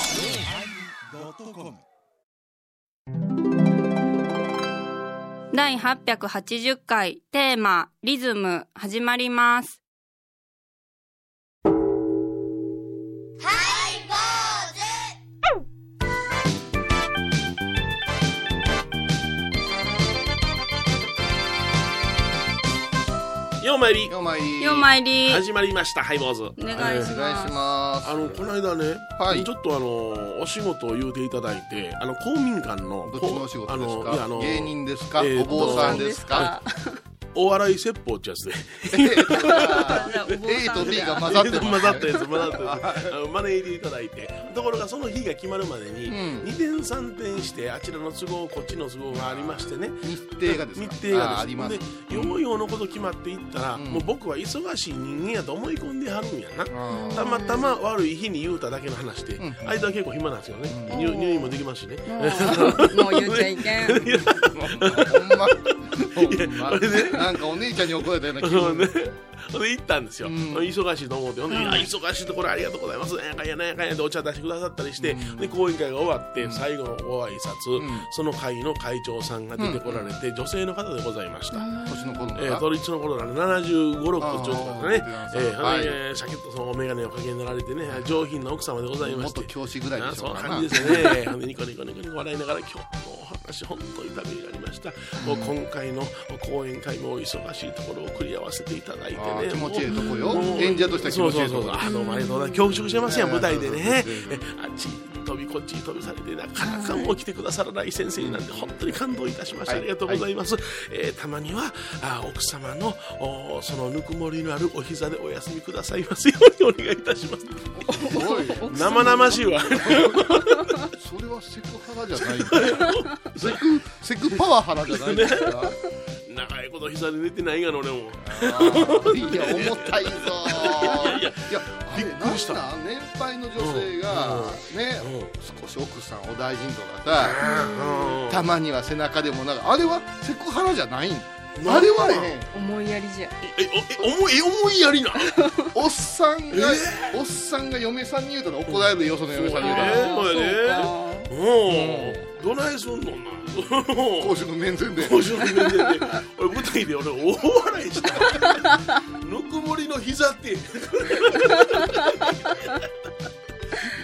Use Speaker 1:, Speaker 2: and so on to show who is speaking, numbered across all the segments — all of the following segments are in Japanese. Speaker 1: yosmir
Speaker 2: 第880回テーマ「リズム」始まります
Speaker 3: ようまいり
Speaker 4: ようまい
Speaker 2: ようまいり
Speaker 3: 始まりましたハイボーズ
Speaker 2: お願いし
Speaker 4: お願い
Speaker 2: ま
Speaker 4: し
Speaker 2: す
Speaker 4: ます
Speaker 3: あのこの間ね、
Speaker 4: はい
Speaker 3: ちょっとあのお仕事を言うていただいてあの公民館の
Speaker 4: どっちのお仕事です
Speaker 3: こうあのいやあ
Speaker 4: か
Speaker 3: の
Speaker 4: 芸人ですか、
Speaker 3: えー
Speaker 4: お
Speaker 3: と
Speaker 4: 坊さんですか
Speaker 3: お笑い説法ってやつで
Speaker 2: じゃあお坊
Speaker 4: A
Speaker 2: さん
Speaker 4: と B
Speaker 2: じゃ
Speaker 4: が混ざ
Speaker 3: 混
Speaker 4: ってます、ね、
Speaker 3: ざったやつ混ざったやつあの招いていただいてところがその日が決まるまでに、
Speaker 4: うん
Speaker 3: 二点三点してあちらの都合こっちの都合がありましてね
Speaker 4: 日程がですか
Speaker 3: 日程がです
Speaker 4: あーあります
Speaker 3: でようようのこと決まっていったら、
Speaker 4: ん
Speaker 3: もう僕は忙しい人間やと思い込んではるんやな、
Speaker 4: あ
Speaker 3: たまたま悪い日に言うただけの話で、
Speaker 4: ん
Speaker 3: 間は結構暇なんですよね、入入院もできますしね、
Speaker 2: もう言っちゃいけん
Speaker 4: ーほんま
Speaker 3: これね
Speaker 4: なんかお姉ちゃんに怒られたような気
Speaker 3: そう
Speaker 4: 分
Speaker 3: ね。ほんで行ったんですよ、
Speaker 4: うん
Speaker 3: 忙しいと思ってほんで、いや忙しいところありがとうございますなんやかんやなんやかんやでお茶出してくださったりして、で講演会が終わって、最後のご挨拶、
Speaker 4: うん
Speaker 3: その会の会長さんが出てこられて、女性の方でございました、
Speaker 4: 年の頃か
Speaker 3: えー、鳥一の頃なら75、6ちょっとかね
Speaker 4: あ、
Speaker 3: え
Speaker 4: ー
Speaker 3: ー
Speaker 4: はい
Speaker 3: えー、シャキッとそのお眼鏡をかけになられてね、上品な奥様でございま
Speaker 4: も
Speaker 3: し
Speaker 4: ってと、教師ぐらい
Speaker 3: あ
Speaker 4: でし
Speaker 3: そ
Speaker 4: ょ
Speaker 3: ん
Speaker 4: う
Speaker 3: な
Speaker 4: か
Speaker 3: 感
Speaker 4: な
Speaker 3: じですねほんでニコニコニコニコ笑いながら今日のお話本当にためになりました、もう今回の講演会もお忙しいところを繰り合わせていただいて
Speaker 4: あ
Speaker 3: ね
Speaker 4: ー気持ちいいとこよ
Speaker 3: もう
Speaker 4: 演者としては気持ちいいと
Speaker 3: そうそ
Speaker 4: こ
Speaker 3: うそうあーどうもありがとうございます恐縮してますやん
Speaker 4: うん
Speaker 3: 舞台で
Speaker 4: うん
Speaker 3: ねえあっち飛びこっち飛びされてなかなかもう来てくださらない先生になんて本当に感動いたしました、
Speaker 4: はい
Speaker 3: ありがとうございます、えーたまにはあー奥様のおそのぬくもりのあるお膝でお休みくださいますようにお願いいたします
Speaker 4: すごい
Speaker 3: 生々しいわ
Speaker 4: それはセクハラじゃないんだよセクセクパワハラじゃないんですか
Speaker 3: 長いこと膝で寝てないがな俺も
Speaker 4: いや重たいぞー
Speaker 3: いやいや
Speaker 4: いやあれ
Speaker 3: びっくりした
Speaker 4: なんなん年配の女性が、ね、少し奥さんを大事にとかさ、
Speaker 3: う
Speaker 4: たまには背中でもなんかあれはセクハラじゃないん
Speaker 3: なん
Speaker 4: あれはね
Speaker 2: 思いやりじゃ
Speaker 3: んえおえ重いえ重いやりな
Speaker 4: おっさんが、おっさんが嫁さんに言うたら怒られるよその嫁さんに言うたら
Speaker 3: えーこれねうんどないすんのんな
Speaker 4: 講師の面前で
Speaker 3: 面白い面でね俺舞台で俺大笑いしたぬくもりの膝って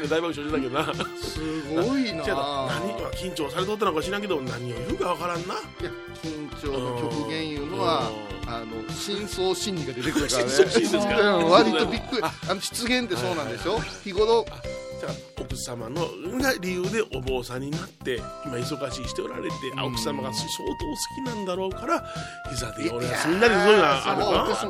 Speaker 3: 大爆笑してたけどな
Speaker 4: すごいな
Speaker 3: 違うな何まあ緊張されとったのか知らんけど何を言うかわからんない
Speaker 4: や緊張の極限いうのは
Speaker 3: うん
Speaker 4: あの深層心理が出てく るからね
Speaker 3: 深層心理ですか
Speaker 4: うん割とびっくりあの失言ってそうなんでしょ日頃
Speaker 3: じゃあ奥様のが理由でお坊さんになって今忙しいしておられて、あ奥様が相当好きなんだろうから膝でお休みになりそういうのはある
Speaker 4: そう
Speaker 3: かな
Speaker 4: か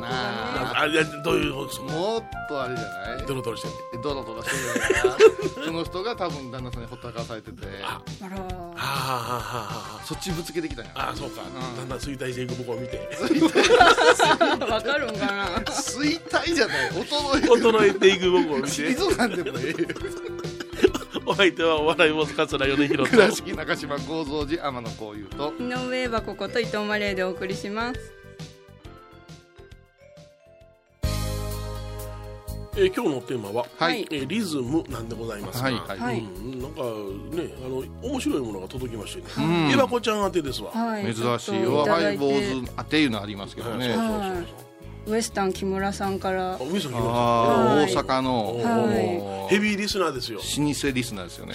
Speaker 4: な
Speaker 3: なんかあれどういうその
Speaker 4: もっとあれじゃない
Speaker 3: ドロドロしてんの
Speaker 4: ドロドロしてるよなその人が多分旦那さんにほったらかされてて
Speaker 3: あ
Speaker 2: あら
Speaker 3: はあはあは
Speaker 4: そっちぶつけてきたんや
Speaker 3: あはああそうか、
Speaker 4: ん
Speaker 3: だんだん衰退していく僕を見て
Speaker 2: ーわかるんかな
Speaker 4: 衰退じゃない衰えてる
Speaker 3: 衰えていく僕を見て
Speaker 4: 退なんでもええよ
Speaker 3: お相手はお笑い坊主桂米広と
Speaker 4: 倉敷中島幸三寺天野幸雄と
Speaker 2: 井上はここと伊藤マレーでお送りします
Speaker 3: えー今日のテーマは、
Speaker 2: はい
Speaker 3: えーリズムなんでございますが、
Speaker 4: はいはい
Speaker 2: はい
Speaker 3: うん、なんかねあの面白いものが届きましてね、
Speaker 4: うん
Speaker 3: エバコちゃん宛てですわ、
Speaker 2: はい
Speaker 4: 珍しい
Speaker 2: ちょ
Speaker 4: よ
Speaker 2: っとた
Speaker 4: ハ
Speaker 2: だ
Speaker 4: イ
Speaker 2: い
Speaker 4: ボ
Speaker 2: て
Speaker 4: ーズあていうのありますけどね
Speaker 3: はい
Speaker 2: はいウエスタン木村さんから
Speaker 3: あ 海さん
Speaker 4: あ
Speaker 2: は
Speaker 4: あ
Speaker 2: い
Speaker 4: 大阪の
Speaker 2: は
Speaker 4: お
Speaker 3: ヘ
Speaker 4: ー
Speaker 3: ビーリスナーですよ
Speaker 4: 老舗リスナーですよね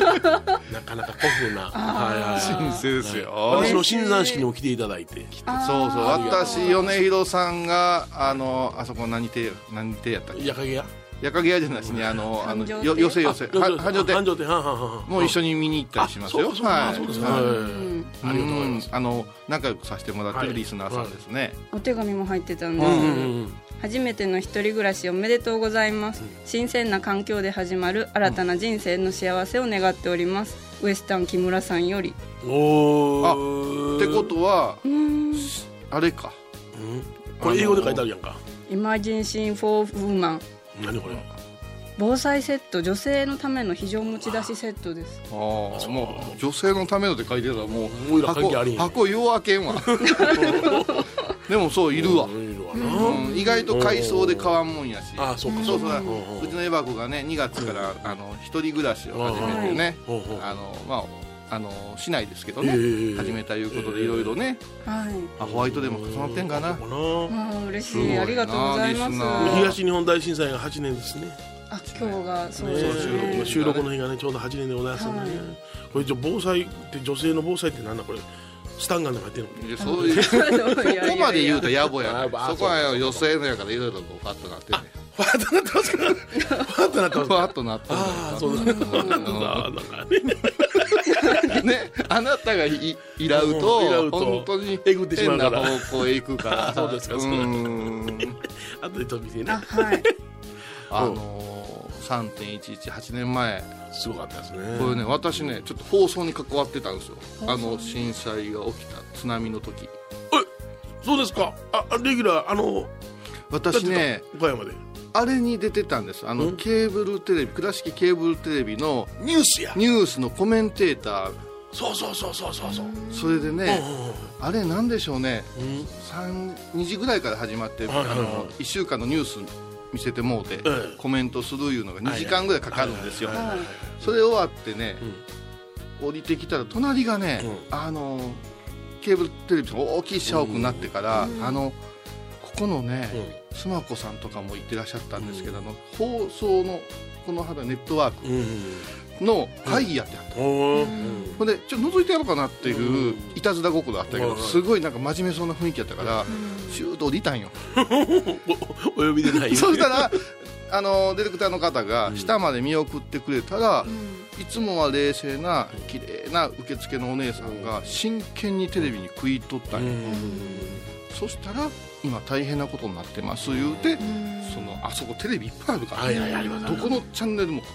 Speaker 2: 老
Speaker 3: なかなか古風なはいはい
Speaker 4: 老舗ですよ
Speaker 3: 私の新山式にも来ていただいて
Speaker 4: そうそう私米広さんがあのあそこ何亭何亭やったっけ
Speaker 3: 矢影屋
Speaker 4: 矢影屋じゃないですねあのあ
Speaker 2: 繁
Speaker 4: の
Speaker 2: 盛亭
Speaker 4: よ寄せ寄せは繁盛亭
Speaker 3: 繁盛亭はいはいはいはい
Speaker 4: もう一緒に見に行ったりしますよ。
Speaker 3: あそうかそうかそうですねはい
Speaker 4: い。
Speaker 3: ありがとうございます
Speaker 4: んあの仲良くさせてもらって
Speaker 3: はい
Speaker 4: るリスナーさんですね。
Speaker 2: お手紙も入ってたんで
Speaker 3: う
Speaker 2: す
Speaker 3: ん
Speaker 2: け
Speaker 3: う
Speaker 2: ど、
Speaker 3: んうん
Speaker 2: 初めての一人暮らしおめでとうございます新鮮な環境で始まる新たな人生の幸せを願っておりますウエスタン木村さんより
Speaker 3: おー
Speaker 4: ってことは
Speaker 2: うん
Speaker 4: あれか。
Speaker 3: うんこれ英語で書いてあるやんか
Speaker 2: イマジンシンフォーウーマン
Speaker 3: 何これ
Speaker 2: 防災セット女性のための非常持ち出しセットです
Speaker 4: ああ、もう女性のためのって書いてたらもう
Speaker 3: おいら関係ありへん
Speaker 4: 箱箱よう開けんわ。でもそういるわ、
Speaker 3: いるわな、
Speaker 4: うん意外と改装で変わんもんやし
Speaker 3: ああそうか
Speaker 4: そう
Speaker 3: か
Speaker 4: そ
Speaker 3: う
Speaker 4: う
Speaker 3: ん
Speaker 4: うちのエバ子がね2月からあの一人暮らしを始めてね
Speaker 3: うんうん
Speaker 4: あのまああの市内ですけど
Speaker 3: え
Speaker 4: ね
Speaker 3: え
Speaker 4: 始めたいうことでいろいろね
Speaker 2: はい
Speaker 4: あホワイトでも重なってんかな
Speaker 3: そうか
Speaker 2: まあ嬉し
Speaker 4: すごい
Speaker 2: い
Speaker 4: な
Speaker 2: ありがとうございま
Speaker 4: リ
Speaker 2: す
Speaker 4: スナ
Speaker 3: な
Speaker 4: ー
Speaker 2: あ
Speaker 3: 東日本大震災が8年ですね
Speaker 2: 今日がそう
Speaker 3: ね
Speaker 2: で
Speaker 4: そう
Speaker 2: す
Speaker 4: 収録
Speaker 2: ね
Speaker 4: の
Speaker 3: 収録の日がねちょうど8年でございますんでね、
Speaker 2: は
Speaker 3: これじゃあ防災って女性の防災ってなんだこれスタンガンでもやってるの
Speaker 4: いやそう いうそこまで言うと野暮やなそこはよそえのやからいろいろこうパッとなってね
Speaker 3: ファーッとなってますからファーッとなってま
Speaker 4: パ
Speaker 3: すか
Speaker 4: ッとなってんだよ
Speaker 3: ああそうなんだ
Speaker 4: うん
Speaker 3: なんかね
Speaker 4: ね、あなたがいいら
Speaker 3: う
Speaker 4: う
Speaker 3: んいら
Speaker 4: と
Speaker 3: うと
Speaker 4: 本当に
Speaker 3: えぐってしまうか
Speaker 4: 変な
Speaker 3: ら
Speaker 4: 方向へ行くから
Speaker 3: そうですかそう
Speaker 4: うん
Speaker 3: あとで飛びて
Speaker 2: あ
Speaker 3: ね
Speaker 2: はい
Speaker 4: あのー、3.118年前
Speaker 3: すごかったですね
Speaker 4: これね私ねちょっと放送に関わってたんですよあの震災が起きた津波の時
Speaker 3: そうですかああレギュラーあの
Speaker 4: 私ね
Speaker 3: 岡山で
Speaker 4: あれに出てたんですあの
Speaker 3: ん
Speaker 4: ケーブルテレビ倉敷ケーブルテレビの
Speaker 3: ニュースや
Speaker 4: ニュースのコメンテーター
Speaker 3: そうそうそうそうそうそう
Speaker 4: それでね
Speaker 3: う
Speaker 4: あれなんでしょうね
Speaker 3: んうんうん
Speaker 4: 3 2時ぐらいから始まって、
Speaker 3: はいはいはい
Speaker 4: あの1週間のニュース見せてもうて、
Speaker 3: ええ
Speaker 4: コメントするいうのが2時間ぐらいかかるんですよ、
Speaker 3: はい
Speaker 2: はい
Speaker 4: それ終わってね、降りてきたら隣がね、
Speaker 3: う
Speaker 4: あのケーブルテレビの大きい社屋になってから、
Speaker 2: うん
Speaker 4: あのここのね、
Speaker 3: うん
Speaker 4: スマコさんとかも行ってらっしゃったんですけど、あの放送のこの肌ネットワー
Speaker 3: うんうん
Speaker 4: クの会議やってはった、
Speaker 3: おー
Speaker 4: ほんでちょっと覗いてやろうかなっていう
Speaker 3: うん
Speaker 4: いたずら心あったけど、
Speaker 3: はいはい
Speaker 4: すごいなんか真面目そうな雰囲気やったから、シューッと降りたんよ
Speaker 3: おお呼びでない
Speaker 4: そしたらあのディレクターの方が
Speaker 3: うん
Speaker 4: 下まで見送ってくれたら、
Speaker 2: うん
Speaker 4: いつもは冷静な綺麗な受付のお姉さんが真剣にテレビに食いとった
Speaker 3: うん
Speaker 4: よ、
Speaker 3: ん
Speaker 4: そしたら今大変なことになってます言うて、
Speaker 2: うん
Speaker 4: そのあそこテレビいっぱいあるから、
Speaker 3: はいはいあります
Speaker 4: どこのチャンネルもこ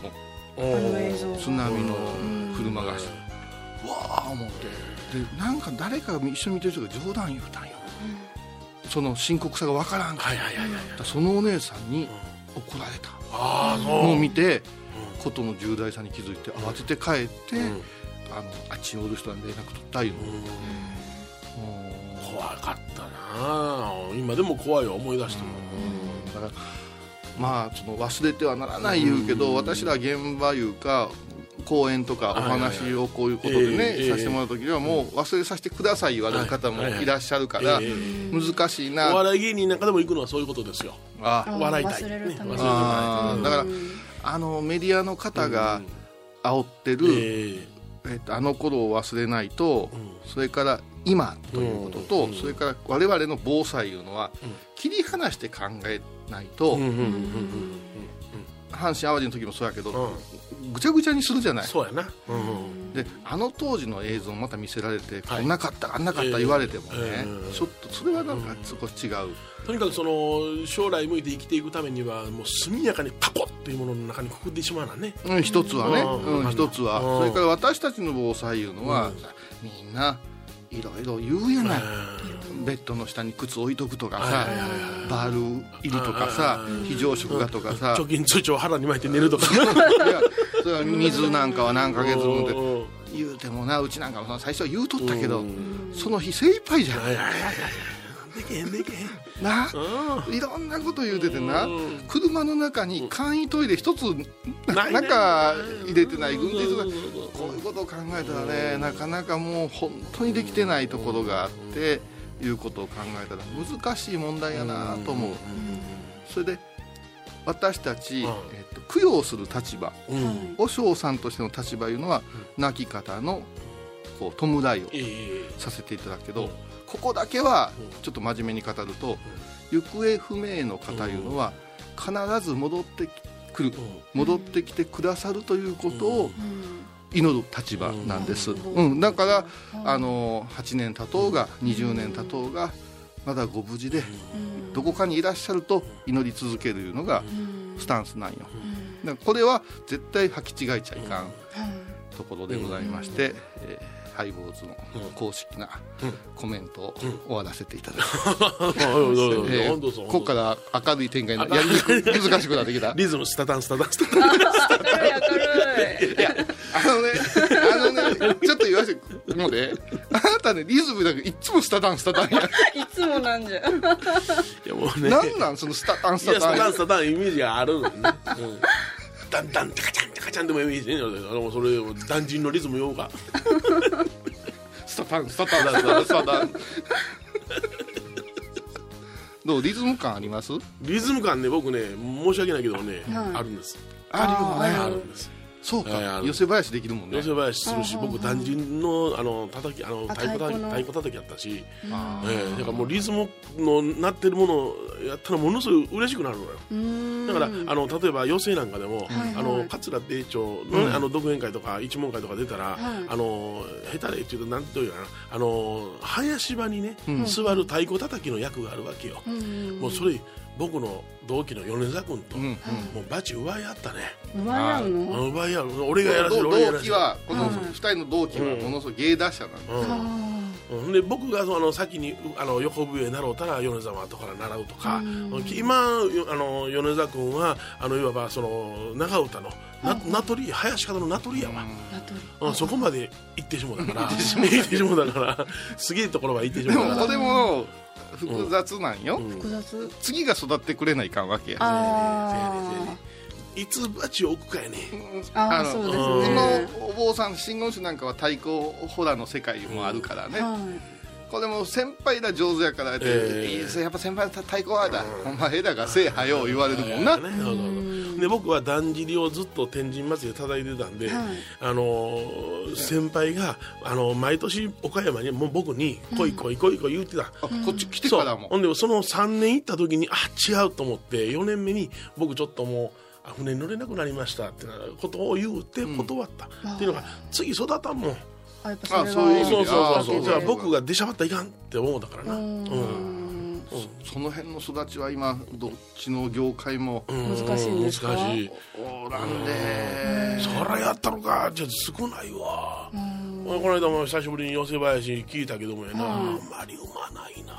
Speaker 3: お
Speaker 2: あの
Speaker 3: ー
Speaker 2: 映像
Speaker 4: の津波の
Speaker 2: ん
Speaker 4: 車が走ってうわー思ってでなんか誰かが一緒に見てる人が冗談言うたんよその深刻さがわからんから
Speaker 3: はいはいはいはい
Speaker 4: だからそのお姉さんに怒られた
Speaker 3: ああ
Speaker 4: の
Speaker 3: そ
Speaker 4: を
Speaker 3: う
Speaker 4: 見て事の重大さに気づいて慌てて帰って、
Speaker 3: うん
Speaker 4: あのあっちにおる人に連絡取ったいうの
Speaker 3: うん
Speaker 4: も
Speaker 3: 怖かったな今でも怖いよ思い出しても
Speaker 4: うだからまあその忘れてはならない言うけど、
Speaker 3: うん
Speaker 4: 私ら現場いうか講演とかお
Speaker 3: はいはいはい
Speaker 4: 話をこういうことで
Speaker 3: え
Speaker 4: ね、
Speaker 3: え
Speaker 4: させてもらう時にはもう忘れさせてください言われる方も
Speaker 3: はいはい
Speaker 4: いらっしゃるから
Speaker 3: ええ
Speaker 4: 難しい
Speaker 3: お
Speaker 4: な
Speaker 3: 笑い芸人なんかでも行くのはそういうことですよ
Speaker 4: あ
Speaker 2: あ
Speaker 3: 笑いたい
Speaker 2: 忘れるために
Speaker 3: ね忘
Speaker 4: あ
Speaker 3: れ
Speaker 4: ー
Speaker 3: ても
Speaker 4: だからら
Speaker 3: い
Speaker 4: あのメディアの方
Speaker 3: う
Speaker 4: が
Speaker 3: ん
Speaker 4: 煽って
Speaker 3: え
Speaker 4: る、えっと、あの頃を忘れないと、
Speaker 3: う
Speaker 4: それから今ということと、
Speaker 3: うん
Speaker 4: それから我々の防災いうのは、
Speaker 3: うん
Speaker 4: 切り離して考えない
Speaker 3: え
Speaker 4: と、
Speaker 3: うんうんうんうんうん
Speaker 4: 阪神・淡路の時もそうやけど、
Speaker 3: うん
Speaker 4: ぐちゃぐちゃにするじゃない
Speaker 3: そうやなうんうん
Speaker 4: であの当時の映像をまた見せられて、
Speaker 3: はい
Speaker 4: こんなかったあんなかった
Speaker 3: ええ
Speaker 4: 言われてもね、
Speaker 3: ええ
Speaker 4: ちょっとそれはなんか少し違う、
Speaker 3: とにかくその将来向いて生きていくためにはもう速やかにタコっていうものの中にくくってしまうなね
Speaker 4: うん、一つはね、
Speaker 3: うん
Speaker 4: うん、一つは、
Speaker 3: うん
Speaker 4: それから私たちの防災いうのは、
Speaker 3: うん
Speaker 4: みんないろいろ言うやない、
Speaker 3: うん
Speaker 4: ベッドの下に靴置いとくとか
Speaker 3: はいは
Speaker 4: さ
Speaker 3: いはい
Speaker 4: バール入りとかさ
Speaker 3: うん
Speaker 4: 非常食がとかさ
Speaker 3: 貯金通帳を腹に巻いて寝るとか
Speaker 4: いやそれは水なんかは何ヶ月分で
Speaker 3: うん
Speaker 4: 言うてもなうちなんかもさ最初は言うとったけ
Speaker 3: う
Speaker 4: ど
Speaker 3: ん
Speaker 4: その日精一杯じゃ
Speaker 3: いやいやいやいやできへんできへん
Speaker 4: んな
Speaker 3: うん
Speaker 4: いろんなこと言うててな
Speaker 3: うん
Speaker 4: 車の中に簡易トイレ一つ
Speaker 3: ないね
Speaker 4: 中入れてない軍手とか
Speaker 3: そうそうそう
Speaker 4: こういうことを考えたらねなかなかもう本当にできてないところがあっていうことを考えたら難しい問題やなと思うそれで私たち、
Speaker 3: うん
Speaker 4: えっと、供養する立場
Speaker 3: うんうん
Speaker 2: はい
Speaker 4: 和尚さんとしての立場いうのは、亡き方のこう弔いを
Speaker 3: いいいい
Speaker 4: させていただくけ
Speaker 3: う
Speaker 4: ど
Speaker 3: ん
Speaker 4: ここだけは
Speaker 3: うん
Speaker 4: ちょっと真面目に語ると行方不明の方いうのは必ず戻ってくる戻ってきてくださるということを祈る立場なんです、
Speaker 2: うん
Speaker 4: うん、だから
Speaker 2: うん
Speaker 4: あの8年経とうが20年経とうがまだご無事で
Speaker 2: うん
Speaker 4: どこかにいらっしゃると祈り続けるいうのが
Speaker 2: うん
Speaker 4: スタンスなんよ
Speaker 2: うん
Speaker 4: だからこれは絶対履き違えちゃいかん
Speaker 2: はい
Speaker 4: ところでございまして、えーハイボーズの公式なコメントを終わらせていただきます、
Speaker 3: うんどうぞどうぞ
Speaker 4: えー
Speaker 3: どうぞ
Speaker 4: ここから 明るい展開になやりにくい難しくなってきた
Speaker 3: リズムスタタンスタタンスタタン
Speaker 2: 明るい明るいい
Speaker 4: いやあのねあのねちょっと言わせてもうねあなたねリズムだけいっつもスタダンスタダンや
Speaker 2: つもなんじゃ
Speaker 3: いやもうね
Speaker 4: なんなんそのスタダンス
Speaker 3: いや
Speaker 4: タ
Speaker 3: ス
Speaker 4: ダ
Speaker 3: タ
Speaker 4: ン
Speaker 3: ンスタダンイメージがある のにね、うん、ダンダンタカチャンタカチャンでもイメージねあのそれをダンジンのリズムようが
Speaker 4: スタダンスタダンスタダンスタダンどうリズム感あります
Speaker 3: リズム感ね僕ね申し訳ないけどね、
Speaker 2: はい
Speaker 3: あるんです
Speaker 4: あるよね
Speaker 3: あ
Speaker 2: あ
Speaker 3: る
Speaker 2: る
Speaker 3: んです
Speaker 4: そうか、
Speaker 3: はいある
Speaker 4: 寄せ林できるもんね
Speaker 3: 寄せ林するし
Speaker 2: うんうんうん
Speaker 3: 僕ダンジンのあの叩きあの
Speaker 2: あ
Speaker 3: 太鼓
Speaker 2: 太
Speaker 3: 叩き
Speaker 2: 鼓の
Speaker 3: 太鼓叩きやったし、
Speaker 4: あ
Speaker 3: え
Speaker 4: ー
Speaker 3: えだからもうリズムのなってるものをやったらものすごい嬉しくなるのよだ
Speaker 2: だ
Speaker 3: から、あの例えば寄席なんかでも、
Speaker 2: はい
Speaker 3: あの桂米朝の,、あの独演会とか一門会とか出たら、
Speaker 2: はい
Speaker 3: あの下手でっていうとなんというかなあの林場にね、
Speaker 4: うん
Speaker 3: 座る太鼓叩きの役があるわけよ、もうそれ僕の同期の米沢君と、
Speaker 4: うんうん
Speaker 3: もうバチ奪い合ったね、
Speaker 2: 奪い合う
Speaker 3: あ
Speaker 2: の
Speaker 3: の奪い合う俺がやらせる
Speaker 4: 同
Speaker 3: 俺がや
Speaker 4: 同
Speaker 3: らせ
Speaker 4: 期
Speaker 3: る
Speaker 4: はこの
Speaker 2: うん
Speaker 4: 二人の同期はものすごい芸達者なんで、
Speaker 3: うん
Speaker 2: あ
Speaker 3: うん、で僕がその先にあの横笛習うたら米沢とから習うとか、今よあの米沢君はあのいわばその長唄のな名取林方の名取やわ、
Speaker 2: ー名取
Speaker 3: うんそこまで行ってしもうだから 行ってしもうだからすげえところは行ってし
Speaker 4: で
Speaker 3: もう
Speaker 4: も
Speaker 3: だか
Speaker 4: こ
Speaker 3: ら
Speaker 4: れも複雑なんよ、
Speaker 3: うん
Speaker 2: 複雑
Speaker 4: 次が育ってくれないかんわけや
Speaker 3: せやね
Speaker 2: あ
Speaker 3: いつバチを置くかやね
Speaker 2: あー
Speaker 4: の
Speaker 2: そう
Speaker 3: です
Speaker 2: ね
Speaker 4: このお坊さん真言宗なんかは太鼓ホラーの世界もあるからね、
Speaker 2: あはい
Speaker 4: これも先輩ら上手やからって、
Speaker 3: ええ
Speaker 4: いいですやっぱ先輩ら太鼓はだ、お前らがせいはよう言われるもんな、
Speaker 3: ねそうそうそうで僕はだんじりをずっと天神祭りで叩いてたんで、
Speaker 2: はい
Speaker 3: あのー先輩が、あのー毎年岡山にもう僕に「来い来い来い来い」言ってた、
Speaker 4: あこっち来て
Speaker 3: そう
Speaker 4: からも
Speaker 3: ほんでその3年行った時にあ違うと思って4年目に僕ちょっともうあ船に乗れなくなりましたってなことを言うて断った、っていうのが次育たんもん
Speaker 2: あやっぱそれは
Speaker 4: あそういう意味
Speaker 3: そう
Speaker 4: で
Speaker 3: そ
Speaker 4: あ
Speaker 3: う
Speaker 4: ー
Speaker 3: そうそうじ
Speaker 4: そう
Speaker 3: ゃ
Speaker 4: そ
Speaker 3: あ
Speaker 4: う
Speaker 3: 僕が出しゃばったらいかんって思うだからな
Speaker 2: う
Speaker 3: うん
Speaker 2: ん
Speaker 4: その辺の育ちは今どっちの業界も
Speaker 2: 難しいんですか
Speaker 3: 難しい
Speaker 4: おらんで
Speaker 3: そらやったのかじゃあ少ないわ俺この間も久しぶりに寄せ林聞いたけどもやな、あんまりうまないな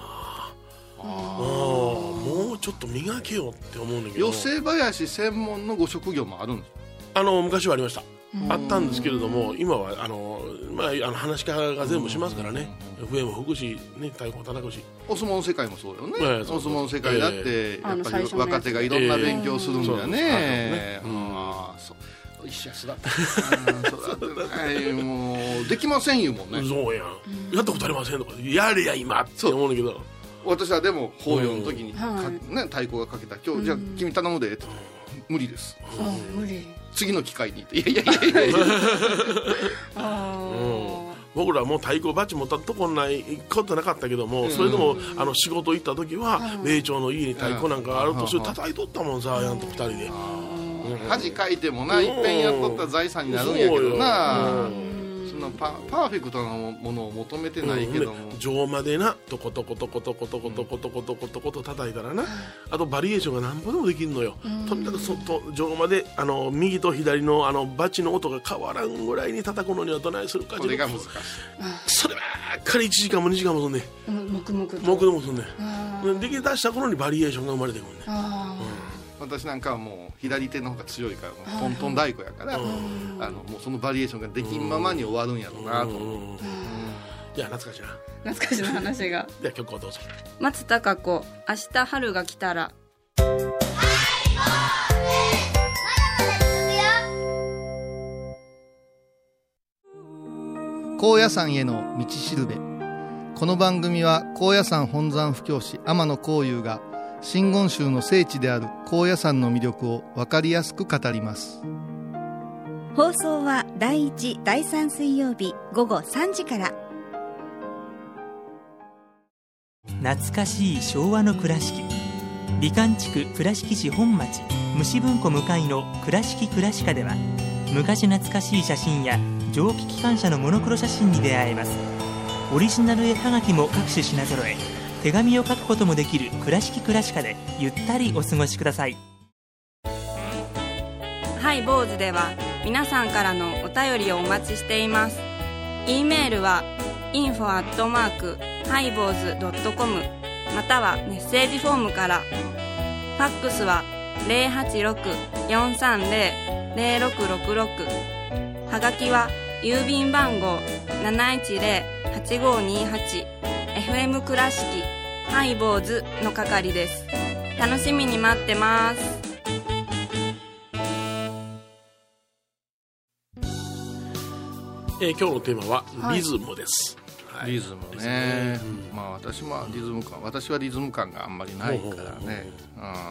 Speaker 3: あーもうちょっと磨けよって思うんだけど
Speaker 4: 寄せ林専門のご職業もあるんです
Speaker 3: あの昔はありましたあったんですけれども今はあの、まあ、あの話し家が全部しますからね笛も吹くし、ね、太鼓も叩くし
Speaker 4: お相撲の世界もそうよね、
Speaker 3: ええそう
Speaker 4: お相撲の世界だってやっぱり若手がいろんな勉強するんだよね、
Speaker 3: ええ
Speaker 4: うんああそう一緒や育ったうん育ったないもうできませんよもんね
Speaker 3: そうやんやったことありませんとかやれや今って思うんだけど
Speaker 4: 私はでも法要の時にか、
Speaker 2: はい
Speaker 4: ね、太鼓がかけた今日じゃあ君頼むでと無理です
Speaker 2: あー無理
Speaker 4: 次の機会に っていやいやいやいやいや
Speaker 2: あー
Speaker 3: 僕らもう太鼓バチ持ったとこないことなかったけども、それでもあの仕事行った時は米朝の家に太鼓なんかあるとそれ叩いとったもんさやんと二人で
Speaker 4: 恥かいてもないっぺんやっとったら財産になるんやけどなそんなパパーフェクトなものを求めてないけども、
Speaker 3: 上までなとことことことことことことことことこと叩いたらなあとバリエーションが何ぼでもできるのよとにかくそと上まであの右と左のあのバチの音が変わらんぐらいに叩くのにはどないするか
Speaker 4: これが難しい
Speaker 3: そればっかり1時間も2時間もそんで
Speaker 2: うん黙々と
Speaker 3: 僕でもそんで
Speaker 2: あ
Speaker 3: でき出した頃にバリエーションが生まれてくるね
Speaker 2: あ
Speaker 4: 私なんかはもう左手の方が強いからもうトントン太鼓やから、あのもうそのバリエーションができんままに終わるんやろうなと思う、
Speaker 3: いや懐かしいな
Speaker 2: ー懐かしの話が
Speaker 3: では曲をどうぞ
Speaker 2: 松たか子明日春が来たら
Speaker 1: 高野山への道しるべこの番組は高野山本山布教師天野幸雄が真言宗の聖地である高野山の魅力を分かりやすく語ります
Speaker 5: 放送は第1第3水曜日午後3時から
Speaker 6: 懐かしい昭和の倉敷美観地区倉敷市本町虫文庫向かいの「倉敷倉歯科」では昔懐かしい写真や蒸気機関車のモノクロ写真に出会えますオリジナル絵はがきも各種品揃え手紙を書くこともできる「倉敷倉歯科」でゆったりお過ごしください
Speaker 2: ハイボーズでは皆さんからのお便りをお待ちしています。e メールは info アットマークハイボーズドットコムまたはメッセージフォームから。ファックスは零八六四三零零六六六はがきは郵便番号七一零八五二八 FM 倉敷ハイボーズの係です楽しみに待ってます
Speaker 3: えー今日のテーマは
Speaker 2: はい
Speaker 3: リズムです、はい
Speaker 4: リズム
Speaker 3: です
Speaker 4: ね
Speaker 3: うん
Speaker 4: まあ私もリズム感私はリズム感があんまりないからね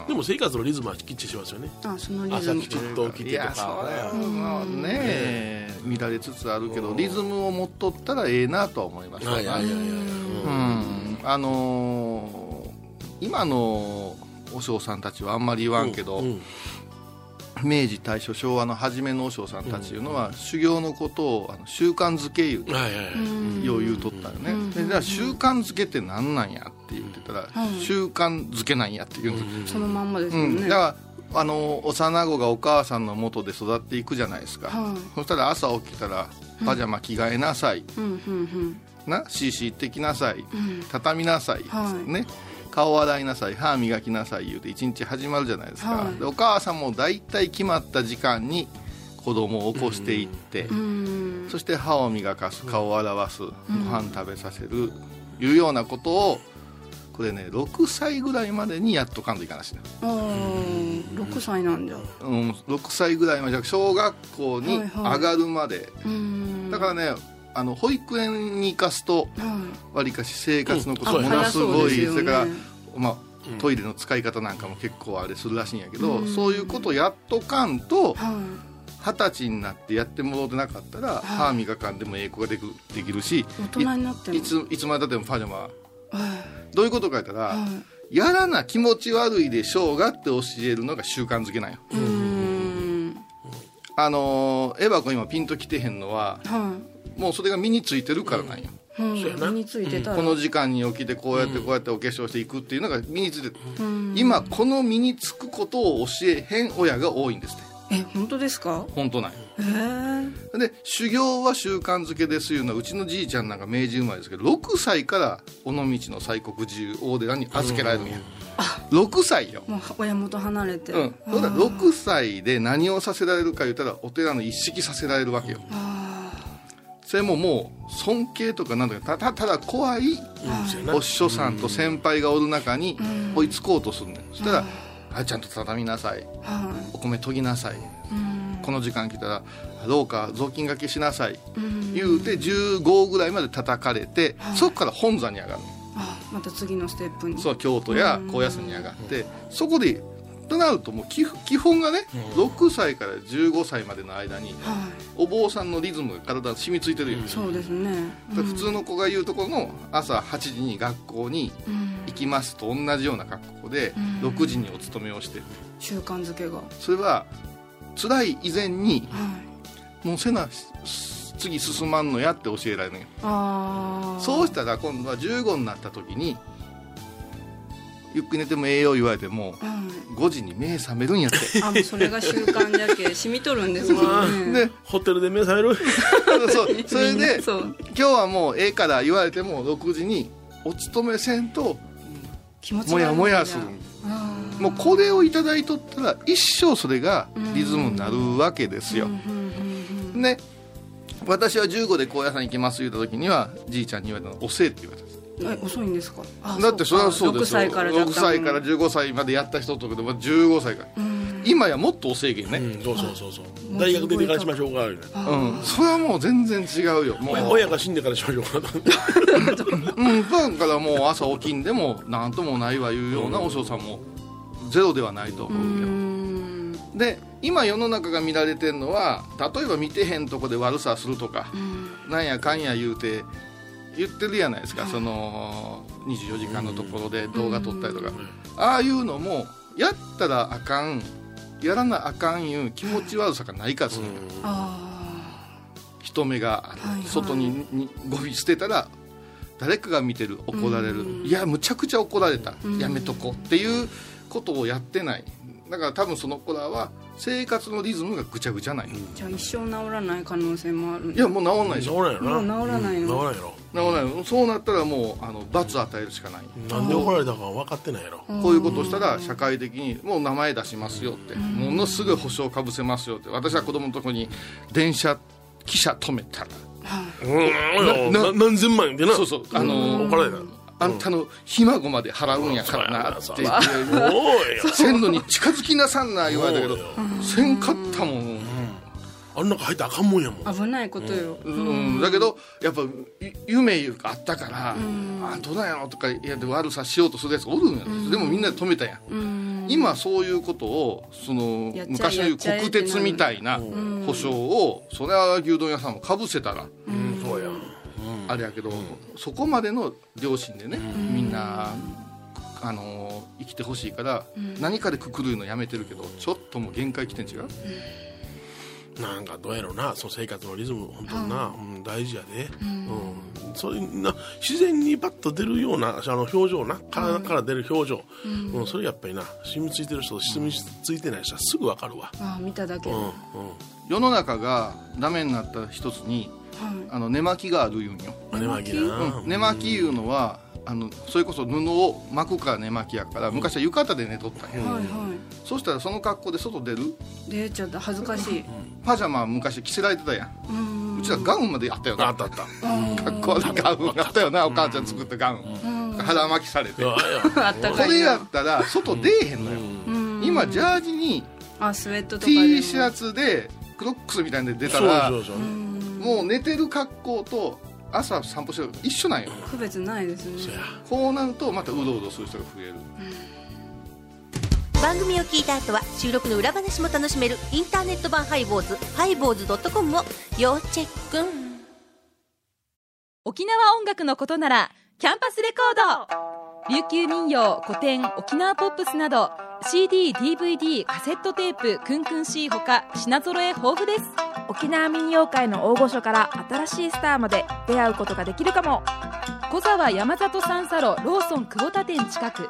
Speaker 3: でも生活のリズムはきっちりしますよね
Speaker 2: あそのリズ
Speaker 3: 朝
Speaker 2: ム
Speaker 3: きちっと起きて
Speaker 4: い
Speaker 3: と
Speaker 4: やそれ
Speaker 3: か
Speaker 4: はまあね乱れつつあるけどリズムを持っとったらええなとは思いますよ
Speaker 3: はいはいはいはい
Speaker 4: うんあのー今の和尚さんたちはあんまり言わんけど、
Speaker 3: うんうん
Speaker 4: 明治大正昭和の初めの和尚さんたちいうのは、修行のことをあの習慣づけいうて
Speaker 3: はいはいはい
Speaker 4: よう言うとったよね、
Speaker 2: うん
Speaker 4: でじゃあ習慣づけって何なんやって言ってたら、
Speaker 2: うん
Speaker 4: 習慣づけなんやって言うんです、
Speaker 2: そのまんまです
Speaker 4: う
Speaker 2: よ
Speaker 4: ん
Speaker 2: ね、
Speaker 4: だからあの幼子がお母さんの元で育っていくじゃないですか、
Speaker 2: はい
Speaker 4: そしたら朝起きたらパジャマ着替えなさい、
Speaker 2: うんうん
Speaker 4: な CC 行ってきなさ
Speaker 2: う
Speaker 4: い、
Speaker 2: ん
Speaker 4: 畳みなさい、
Speaker 2: はい
Speaker 4: ね、顔洗いなさい歯磨きなさい言うて一日始まるじゃないですか、
Speaker 2: はい
Speaker 4: でお母さんも大体決まった時間に子供を起こしていって、
Speaker 2: うんうん
Speaker 4: そして歯を磨かす顔を洗わす、ご飯食べさせるいうようなことをこれね6歳ぐらいまでにやっとかんといかないしね、
Speaker 2: あー6歳なんじゃ
Speaker 4: うん、6歳ぐらいまでじゃ小学校に
Speaker 2: はいはい
Speaker 4: 上がるまで、
Speaker 2: うん
Speaker 4: だからねあの保育園に行かすと
Speaker 2: はい
Speaker 4: わりかし生活のこと
Speaker 3: うん
Speaker 4: もの
Speaker 2: あ
Speaker 4: す
Speaker 2: そう
Speaker 4: ご
Speaker 2: で
Speaker 4: い
Speaker 2: すよ
Speaker 4: そ
Speaker 2: ね
Speaker 4: れから、まあ、トイレの使い方なんかも結構あれするらしいんやけど、
Speaker 2: うん
Speaker 4: そういうことやっとかんと
Speaker 2: は
Speaker 4: 二十歳になってやってもろてなかったら歯磨かんでもええ子ができるできるし
Speaker 2: い大人になっても
Speaker 4: いついつまでたってもパジャマ
Speaker 2: は
Speaker 4: どういうことか言った
Speaker 2: い
Speaker 4: ら、
Speaker 2: は
Speaker 4: やらな気持ち悪いでしょうがって教えるのが習慣づけなんよ
Speaker 2: いうん
Speaker 4: あのーエヴァ子今ピンときてへんのは
Speaker 2: は
Speaker 4: もうそれが身についてるからなんよ、
Speaker 2: いうん
Speaker 3: そうやな
Speaker 2: 身についてたら
Speaker 4: この時間に起きてこうやってこうやってお化粧していくっていうのが身についてる、
Speaker 2: うん
Speaker 4: 今この身につくことを教えへん親が多いんですって
Speaker 2: え本当ですか
Speaker 4: 本当なんよ
Speaker 2: へえ
Speaker 4: で修行は習慣づけですいうのはうちのじいちゃんなんか明治生まれですけど6歳から尾道の西国寺大寺に預けられるんや、6歳よ
Speaker 2: もう親元離れて
Speaker 4: うん、ほんなら6歳で何をさせられるか言ったらお寺の一式させられるわけよそれももう尊敬とかなんとかただただ怖い
Speaker 3: うんそうやな
Speaker 4: お師匠さんと先輩がおる中に追いつこうとするねんそしたら「あちゃんと畳みなさい
Speaker 2: は
Speaker 4: お米研ぎなさいこの時間来たら廊下雑巾がけしなさい」言うて15ぐらいまで叩かれてそこから本座に上がる
Speaker 2: いあまた次のステップに
Speaker 4: そう京都や高野山に上がってそこでとなるともう基基本がね6歳から15歳までの間に
Speaker 2: は
Speaker 4: お坊さんのリズムが体に染みついてるよ、
Speaker 2: いそうですね
Speaker 4: だから普通の子が言うところの朝8時に学校に
Speaker 2: うん
Speaker 4: 行きますと同じような格好で
Speaker 2: うん
Speaker 4: 6時にお勤めをして
Speaker 2: 習慣づけがは
Speaker 4: それは辛い以前に
Speaker 2: い
Speaker 4: もうせなす次進まんのやって教えられるのよ
Speaker 2: ああ
Speaker 4: そうしたら今度は15になった時にゆっくり寝てもええよ言われて
Speaker 2: は
Speaker 4: も
Speaker 2: い
Speaker 4: 5時に目覚めるんやって
Speaker 2: あもうそれが習慣じゃ け染みとるんですもんね
Speaker 4: で
Speaker 3: ホテルで目覚める
Speaker 4: そう それ
Speaker 2: みん
Speaker 4: で
Speaker 2: なそう
Speaker 4: 今日はもうええから言われても6時にお勤めせんと
Speaker 2: 気持ち
Speaker 4: も
Speaker 2: 悪い
Speaker 4: やもやする
Speaker 2: あ
Speaker 4: もうこれをいただいとったら一生それがリズムになるわけですよ
Speaker 2: ー、うんうんうんうん
Speaker 4: ね私は15で高野山行きます言った時にはじいちゃんに言われたの「おせえ」って言われた
Speaker 2: え遅いんですかあ
Speaker 4: だってそれはそうですよ
Speaker 2: 6歳からだったもん
Speaker 4: 6歳から15歳までやった人とかでも15歳から今やもっとおせえけん
Speaker 3: う
Speaker 4: ね
Speaker 3: んそうそうそうそう大学で離婚しましょうかみたいな
Speaker 4: うん、それはもう全然違うよもう
Speaker 3: 親親が死んでからしましょうかと
Speaker 4: うん、だからもう朝起きんでも何ともないわいうようなお嬢さんもゼロではないと思うけど、
Speaker 2: うん
Speaker 4: で今世の中が見られてるのは例えば見てへんとこで悪さするとか、なんやかんや言うて言ってるやないですか、その24時間のところで動画撮ったりとか、ああいうのもやったらあかんやらなあかんいう気持ち悪さがないからするのよ、
Speaker 2: あ
Speaker 4: 人目がある、
Speaker 2: はいはい
Speaker 4: 外ににゴミ捨てたら誰かが見てる怒られる、いやむちゃくちゃ怒られた、やめとこうっていうことをやってないだから多分その子らは生活のリズムがぐちゃぐちゃない、い
Speaker 2: じゃあ一生治らない可能性もある
Speaker 4: やもう治んないでし
Speaker 3: 治
Speaker 4: ょ
Speaker 3: らんやろ
Speaker 2: もう治らないの
Speaker 3: 治らんやろ
Speaker 4: 治らないそうなったらもうあの罰与えるしかない、
Speaker 3: なんで怒られたか分かってないやろ
Speaker 4: こういうことをしたら社会的にもう名前出しますよって、ものすごい保証かぶせますよって私は子供のとこに電車汽車止めたら
Speaker 3: うん
Speaker 4: な
Speaker 3: な何千万円でな
Speaker 4: そうそうあの
Speaker 3: 怒られた
Speaker 4: あんたのひ孫まで払うんやからなって言って
Speaker 3: お
Speaker 4: もう
Speaker 3: ーいや
Speaker 4: 線路に近づきなさんな言われたけど
Speaker 3: そうよ
Speaker 4: せんかったもん、
Speaker 3: あん中入ったらあかんもんやもん
Speaker 2: 危ないことよ、
Speaker 4: うん、だけどやっぱゆ夢いうかあったから、あどうなんやろとかいやで悪さしようとするやつおるんや、でもみんなで止めたやん、今そういうことをその
Speaker 2: やっちゃえ
Speaker 4: 昔のいう国鉄みたいな保証をそれは牛丼屋さんもかぶせたら、
Speaker 3: うんそうや
Speaker 4: あれやけど、そこまでの良心でね、みんな。あのー生きてほしいから、何かでくくるのやめてるけどちょっともう限界来てん違う、
Speaker 3: なんかどうやろうなその生活のリズム本当にな、うん、大事やで、うんそれな自然にパッと出るようなあの表情な体から出る表情、うんそれやっぱりな染みついてる人と染みついてない人はすぐ分かるわ、
Speaker 2: ああ見ただけ
Speaker 3: う
Speaker 2: で、
Speaker 3: んう
Speaker 2: は
Speaker 3: ん、
Speaker 4: 世の中がダメになった一つにあの寝巻きがあるいうんよ、
Speaker 3: まあ寝巻きな、
Speaker 4: うん寝巻きいうのはあのそれこそ布を巻くから寝巻きやから昔は浴衣で寝とったんや、
Speaker 2: い、はいは
Speaker 4: そしたらその格好で外出る
Speaker 2: い出ちゃった恥ずかしい、
Speaker 4: パジャマは昔着せられてたやん
Speaker 2: うん
Speaker 4: うちはガウンまであったよ
Speaker 3: あ
Speaker 4: な
Speaker 3: ったあった
Speaker 4: 格好でガウンあったよなお母ちゃん作ったガウン腹巻きされて
Speaker 3: う
Speaker 4: こ
Speaker 3: わいや
Speaker 2: あったかい
Speaker 4: れや
Speaker 2: な
Speaker 4: ったら外出えへんのよ今ジャージに
Speaker 2: あスウェットとかでも
Speaker 4: T シャツでクロックスみたいなんで出た
Speaker 3: そう
Speaker 4: ら
Speaker 3: そうそう、
Speaker 4: もう寝てる格好と朝散歩してる一緒なんよ
Speaker 2: 区別ないです
Speaker 3: そう
Speaker 2: ね
Speaker 3: や
Speaker 4: こうなるとまたうどうどする人が増える
Speaker 7: 番組を聞いた後は収録の裏話も楽しめるインターネット版ハイボーズハイボーズ .com を要チェック
Speaker 8: 沖縄音楽のことならキャンパスレコード琉球民謡古典沖縄ポップスなど CDDVD カセットテープクンクン C ほか品揃え豊富です
Speaker 9: 沖縄民謡界の大御所から新しいスターまで出会うことができるかも
Speaker 8: 小沢山里三佐路ローソン久保田店近く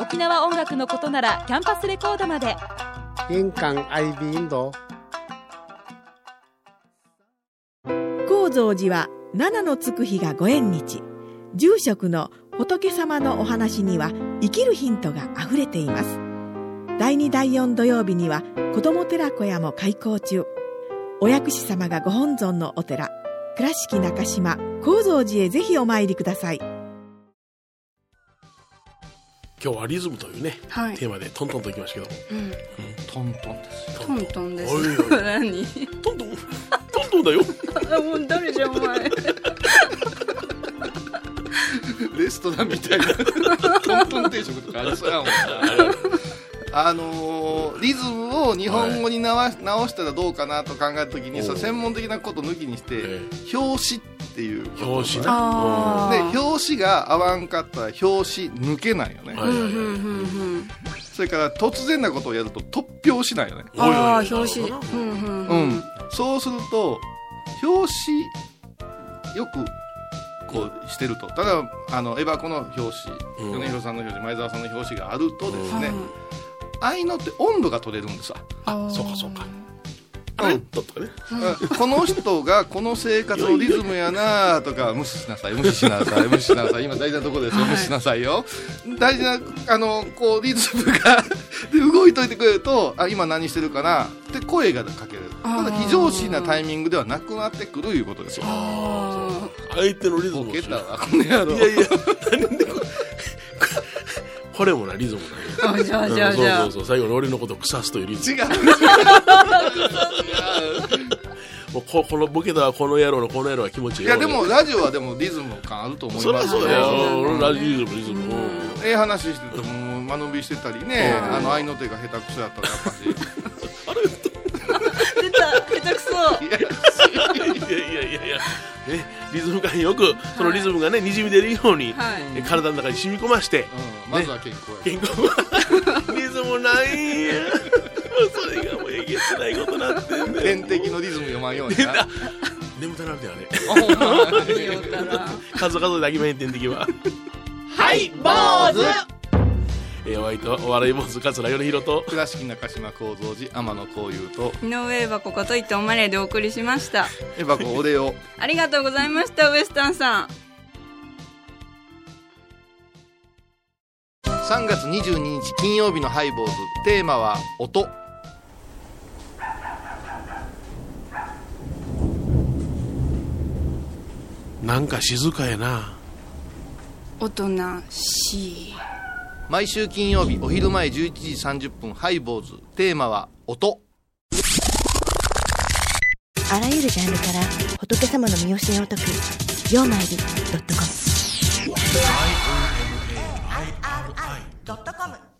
Speaker 8: 沖縄音楽のことならキャンパスレコードまで
Speaker 10: 印鑑アイビーインド
Speaker 11: 高蔵寺は七のつく日がご縁日住職の仏様のお話には生きるヒントがあふれています第2第4土曜日には子ども寺小屋も開校中お薬師様がご本尊のお寺倉敷中島・高蔵寺へぜひお参りください
Speaker 3: 今日はリズムというね、
Speaker 2: はい
Speaker 3: テーマでトントンといきましたけど
Speaker 2: うん
Speaker 4: トントンですよ
Speaker 2: トントンです
Speaker 3: おいおい
Speaker 2: 何
Speaker 3: トントントントンだよ
Speaker 2: あもう誰じゃんお 前
Speaker 4: レストランみたいなトントン定食とかありそうやもんなあのーリズムを日本語になわ直したらどうかなと考えた時に
Speaker 3: お
Speaker 4: さ
Speaker 3: う
Speaker 4: 専門的なこと抜きにして
Speaker 3: え
Speaker 4: 表紙っていう言葉
Speaker 3: 表紙な
Speaker 9: あ
Speaker 4: で表紙が合わんかったら表紙抜けないよね、
Speaker 3: うんはいはいはい
Speaker 4: それから突然なことをやると突拍子ないよね
Speaker 2: あ
Speaker 3: おい
Speaker 2: あ
Speaker 3: おいおい
Speaker 2: 表紙うんうん
Speaker 4: う
Speaker 2: うん
Speaker 4: ん、そうすると表紙よくこうしてるとただあのエバコの表
Speaker 3: う
Speaker 4: 紙
Speaker 3: ん
Speaker 4: 米広さんの表紙前澤さんの表紙があるとですね、ああいうのって温度が取れるんですわ、
Speaker 3: あそうかそうかあれとかね
Speaker 4: この人がこの生活のリズムやなとか無視しなさい無視しなさい無視しなさい今大事なとこですよ無視しなさいよ大事なあのこうリズムがで動いといてくれるとあ今何してるかなって声がかけれるただ非常識なタイミングではなくなってくるいうことですよ
Speaker 2: あ
Speaker 3: 相手のリズム
Speaker 4: ボ
Speaker 3: を
Speaker 4: ケ
Speaker 3: 知
Speaker 4: た
Speaker 3: らん
Speaker 4: わこの野郎
Speaker 3: いやい やなんでこれこれもなリズムな
Speaker 2: ーあじゃあ
Speaker 3: んよ
Speaker 2: じゃあじゃ
Speaker 3: う
Speaker 2: あ
Speaker 3: んそうそうそう最後の俺のことを腐すというリズ
Speaker 4: 違
Speaker 3: ム
Speaker 4: う
Speaker 3: もうここのボケたはこの野郎のこの野郎は気持ちい
Speaker 4: い
Speaker 3: い
Speaker 4: やでもラジオはでもリズム感あると思い
Speaker 3: そり
Speaker 4: ま
Speaker 3: ゃ
Speaker 4: す
Speaker 3: そ
Speaker 4: よ
Speaker 3: うだよ
Speaker 2: そうだね
Speaker 3: 俺ラジリズムリズムうん
Speaker 4: ええ話しててもう間延びしてたりねあの愛の手が下手くそやったらやっぱし
Speaker 2: 出た下手くそ
Speaker 3: いやいやいやいやねリズム感よくそのリズムがねにじみ出るように
Speaker 2: はい
Speaker 3: え体の中に染み込まして
Speaker 4: うんまずは健康や
Speaker 3: 健康は リズムないんやそれがもうえげつないことになってんね
Speaker 4: 天敵のリズム読まんようにな
Speaker 3: あ眠たなるであ れ
Speaker 4: あほんま
Speaker 2: いいよったら
Speaker 3: 数々だけめん天敵ははい坊主えー、お相手はお笑い坊主桂頼宏と
Speaker 4: 倉敷中島幸三寺天野幸雄と
Speaker 2: 井上箱こと伊藤マレーでお送りしました
Speaker 4: エバコお礼を
Speaker 2: ありがとうございましたウエスタンさん
Speaker 4: 3月22日金曜日のハイボーズテーマは音
Speaker 3: なんか静かやな
Speaker 2: 大人しい
Speaker 4: 毎週金曜日お昼前11時30分ハイボーズテーマは音
Speaker 11: あらゆるジャンルから仏様の身教えを解く「曜マイルドットコム」
Speaker 12: ドットコム